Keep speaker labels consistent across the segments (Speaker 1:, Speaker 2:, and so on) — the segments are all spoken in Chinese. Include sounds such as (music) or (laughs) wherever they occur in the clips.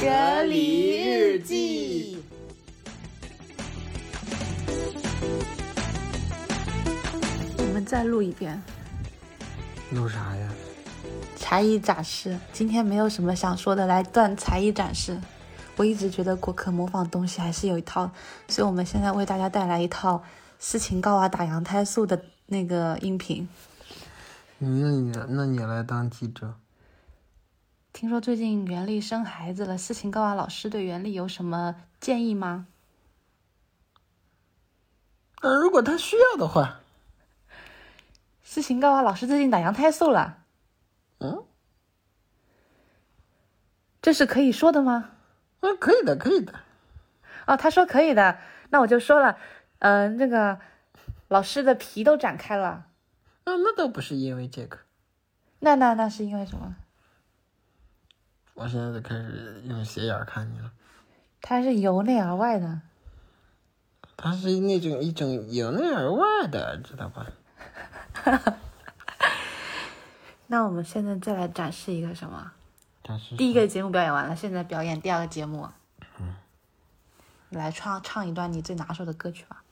Speaker 1: 隔离日记。
Speaker 2: 我们再录一遍。
Speaker 3: 弄啥呀？
Speaker 2: 才艺展示，今天没有什么想说的，来段才艺展示。我一直觉得果壳模仿东西还是有一套，所以我们现在为大家带来一套斯琴高娃打羊胎素的那个音频。
Speaker 3: 那你那你来当记者，
Speaker 2: 听说最近袁立生孩子了，斯琴高娃老师对袁立有什么建议吗？
Speaker 3: 那如果他需要的话，
Speaker 2: 斯琴高娃老师最近打羊胎素了，
Speaker 3: 嗯，
Speaker 2: 这是可以说的吗？
Speaker 3: 那可以的，可以的。
Speaker 2: 哦，他说可以的，那我就说了，嗯、那个老师的皮都展开了，
Speaker 3: 那那倒不是因为这个，
Speaker 2: 那那那是因为什么？
Speaker 3: 我现在就开始用斜眼看你了。
Speaker 2: 他是由内而外的。
Speaker 3: 他是那种一种由内而外的，知道吧？
Speaker 2: 那我们现在再来展示一个什么？
Speaker 3: 他是
Speaker 2: 第一个节目表演完了，现在表演第二个节目。嗯你来唱唱一段你最拿手的歌曲吧。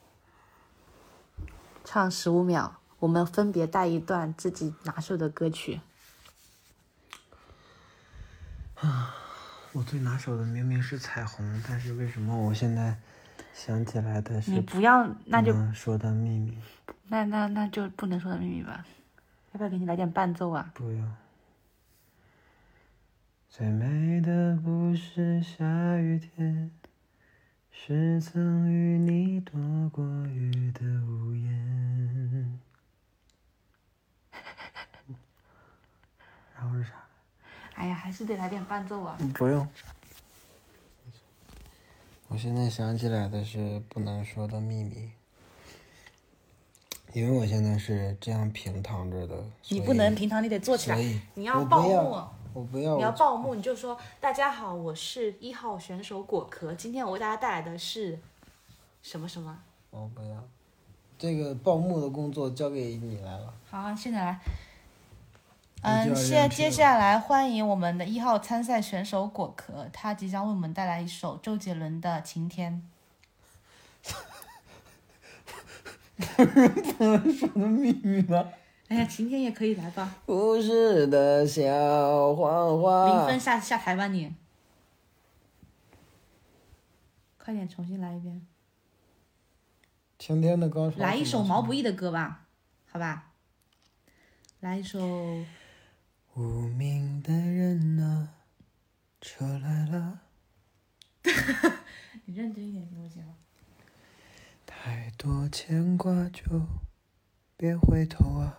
Speaker 2: 唱十五秒，我们分别带一段自己拿手的歌曲。
Speaker 3: 我最拿手的明明是彩虹，但是为什么我现在想起来的
Speaker 2: 你
Speaker 3: 是
Speaker 2: 不要，那就、
Speaker 3: 能说的秘密？
Speaker 2: 那那那就不能说的秘密吧？要不要给你来点伴奏啊？
Speaker 3: 不用。最美的不是下雨天，是曾与你躲过雨的屋檐。然后是啥？
Speaker 2: 哎呀，还是得来点伴奏啊！
Speaker 3: 不用。我现在想起来的是不能说的秘密，因为我现在是这样平躺着的。
Speaker 2: 你
Speaker 3: 所
Speaker 2: 不
Speaker 3: 以
Speaker 2: 能平常，你得坐起
Speaker 3: 所
Speaker 2: 来
Speaker 3: 以，
Speaker 2: 你要
Speaker 3: 我不
Speaker 2: 报
Speaker 3: 要
Speaker 2: 幕。
Speaker 3: 我不要，
Speaker 2: 你要
Speaker 3: 我
Speaker 2: 报幕，你就说大家好，我是一号选手果壳，今天我为大家带来的是什么什么？
Speaker 3: 我不要，这个报幕的工作交给你来了。
Speaker 2: 好，现在来。
Speaker 3: 那就
Speaker 2: 嗯，
Speaker 3: 要
Speaker 2: 现在
Speaker 3: 人
Speaker 2: 接
Speaker 3: 气
Speaker 2: 下来欢迎我们的一号参赛选手果壳，他即将为我们带来一首周杰伦的《
Speaker 3: (laughs)
Speaker 2: 晴天
Speaker 3: 不能说的秘密吗？》。
Speaker 2: 哎呀，晴天也可以来吧，
Speaker 3: 不是的小黄
Speaker 2: 零
Speaker 3: 花
Speaker 2: 分。下下台吧你。快点重新来一遍，
Speaker 3: 晴天的高潮。
Speaker 2: 来一首毛不易的歌吧，好吧？来一首。
Speaker 3: 无名的人呐、车来了，
Speaker 2: 你认真一点行不行？
Speaker 3: 太多牵挂就别回头啊。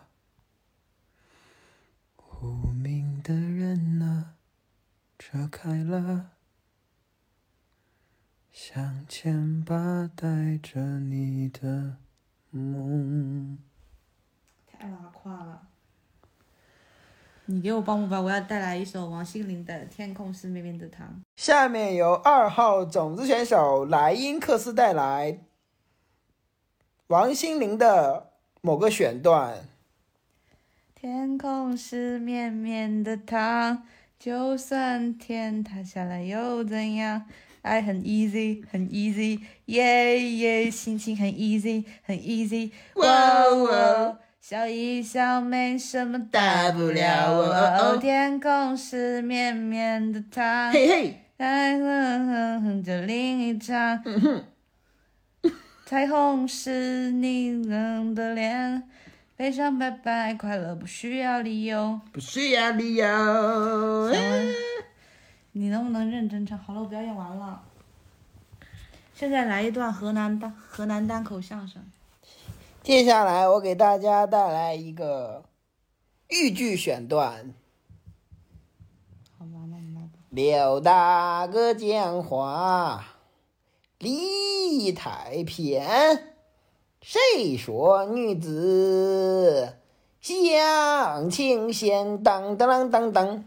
Speaker 3: 无名的人呐、车开了，向前吧，带着你的梦。
Speaker 2: 太拉胯了。你给我帮我吧，我要带来一首王心凌的《天空是绵绵的糖》。
Speaker 3: 下面由二号种子选手莱因克斯带来王心凌的某个选段。
Speaker 2: 天空是绵绵的糖，就算天塌下来又怎样？爱很 easy，很 easy，耶耶，心情很 easy，很 easy，哇哦，笑一笑没什么大不了哦。天空是绵绵的糖，
Speaker 3: 嘿嘿，
Speaker 2: 爱恨恨恨就另一场。彩虹是你冷的脸，悲伤拜拜，快乐不需要理由。
Speaker 3: 不啊需要理由。
Speaker 2: 你能不能认真唱？好了，我表演完了。现在来一段河南单河南单口相声。
Speaker 3: 接下来我给大家带来一个豫剧选段。
Speaker 2: 好吧，那你来吧。
Speaker 3: 刘大哥讲话，理太偏。谁说女子相亲先？当当当当当。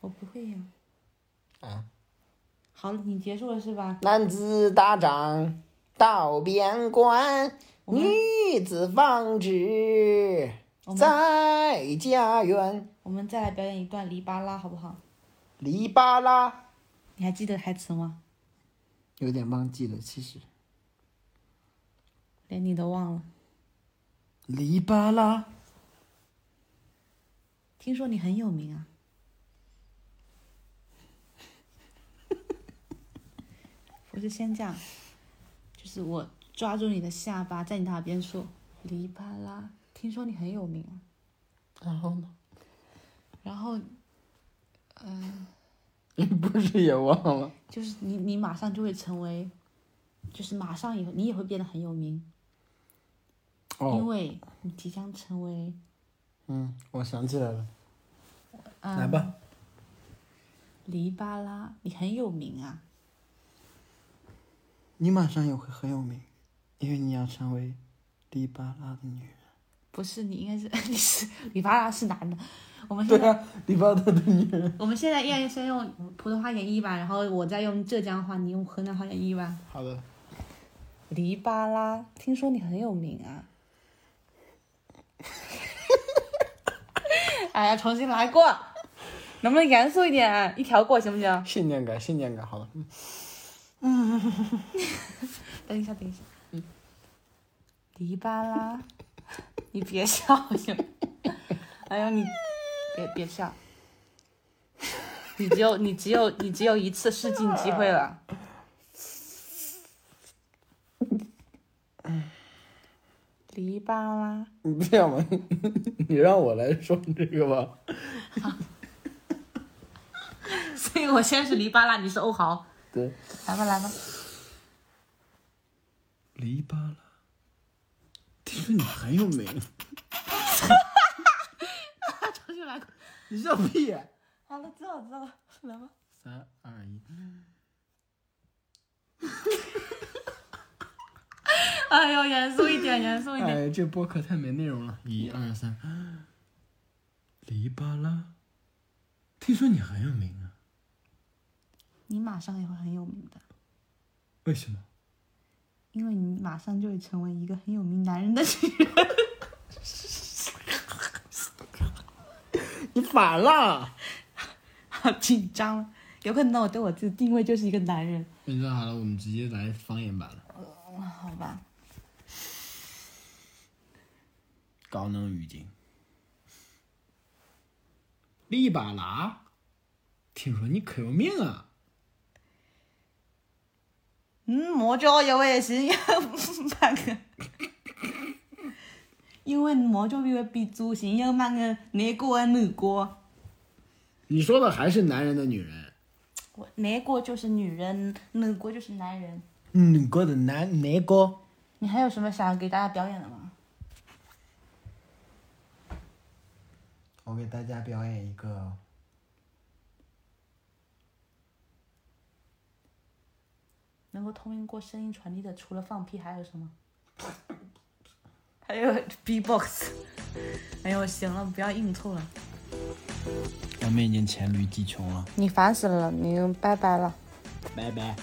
Speaker 2: 我不会呀、
Speaker 3: 啊，
Speaker 2: 好了，你结束了是吧？
Speaker 3: 男子打仗到边关，女子放置在家园。
Speaker 2: 我们再来表演一段黎巴拉好不好？
Speaker 3: 黎巴拉，
Speaker 2: 你还记得台词吗？
Speaker 3: 有点忘记了，其实
Speaker 2: 连你都忘了。
Speaker 3: 黎巴拉
Speaker 2: 听说你很有名啊。 (laughs) 我就先这样，就是我抓住你的下巴，在你的耳边说：“黎巴拉，听说你很有名啊。
Speaker 3: 然后呢？”
Speaker 2: 然后
Speaker 3: (laughs) 不是也忘了？
Speaker 2: 就是你，你马上就会成为，就是马上以后你也会变得很有名，因
Speaker 3: 哦，
Speaker 2: 为你即将成为。
Speaker 3: 嗯，我想起来了，
Speaker 2: 嗯、
Speaker 3: 来吧，
Speaker 2: 黎巴拉，你很有名啊！
Speaker 3: 你马上也会很有名，因为你要成为黎巴拉的女人。
Speaker 2: 不是，你应该是 (laughs) 你是黎巴拉是男的。我们现
Speaker 3: 对
Speaker 2: 在、
Speaker 3: 啊，黎巴拉的女人。 (laughs)
Speaker 2: 我们现在要先用普通话演绎吧，然后我再用浙江话，你用河南话演绎吧。
Speaker 3: 好的，
Speaker 2: 黎巴拉，听说你很有名
Speaker 3: (laughs)
Speaker 2: 啊！哎呀，重新来过，能不能严肃一点？啊一条过行不行？
Speaker 3: 信念感，信念感，好了。
Speaker 2: 等一下，等一下，嗯，黎巴拉， (laughs) 你别笑行？ (laughs) 哎呦，你别别笑，你只有你 (laughs) 只有你只有一次试镜机会了。黎巴拉，
Speaker 3: 你嗯这样吧， (laughs) 你让我来说这个吧。
Speaker 2: 所以我现在是黎巴拉，你是欧豪，
Speaker 3: 对，
Speaker 2: 来吧来吧，
Speaker 3: 黎巴拉，听说你很有名，
Speaker 2: 重新来过。
Speaker 3: 你笑屁、啊
Speaker 2: 好了，知道知道了，来吧。
Speaker 3: 三二一，
Speaker 2: 哎呦，严肃一点，严肃一点。
Speaker 3: 哎，这播客太没内容了。一二三，黎巴拉，听说你很有名啊？
Speaker 2: 你马上也会很有名的。
Speaker 3: 为什么？
Speaker 2: 因为你马上就会成为一个很有名男人的女人。 (laughs)
Speaker 3: 你反了。
Speaker 2: 好紧张了，有可能我对我自己定位就是一个男人。
Speaker 3: 那这样好了，我们直接来方言版了。
Speaker 2: 好吧，
Speaker 3: 高能语境。利巴拉，听说你可有名啊？
Speaker 2: 嗯，魔咒有也行， (laughs) 慢个。因为魔咒有比猪行要慢个难过啊女过，
Speaker 3: 你说的还是男人的女人？
Speaker 2: 我难过就是女人，女过就是男人。
Speaker 3: 女哥的男哪个？
Speaker 2: 你还有什么想要给大家表演的吗？
Speaker 3: 我给大家表演一个。
Speaker 2: 能够通过声音传递的，除了放屁还有什么？ (laughs) 还有 B-box。哎呦，行了，不要硬凑了。
Speaker 3: 我们已经黔驴技穷了，
Speaker 2: 你烦死了，你拜拜了。
Speaker 3: 拜拜。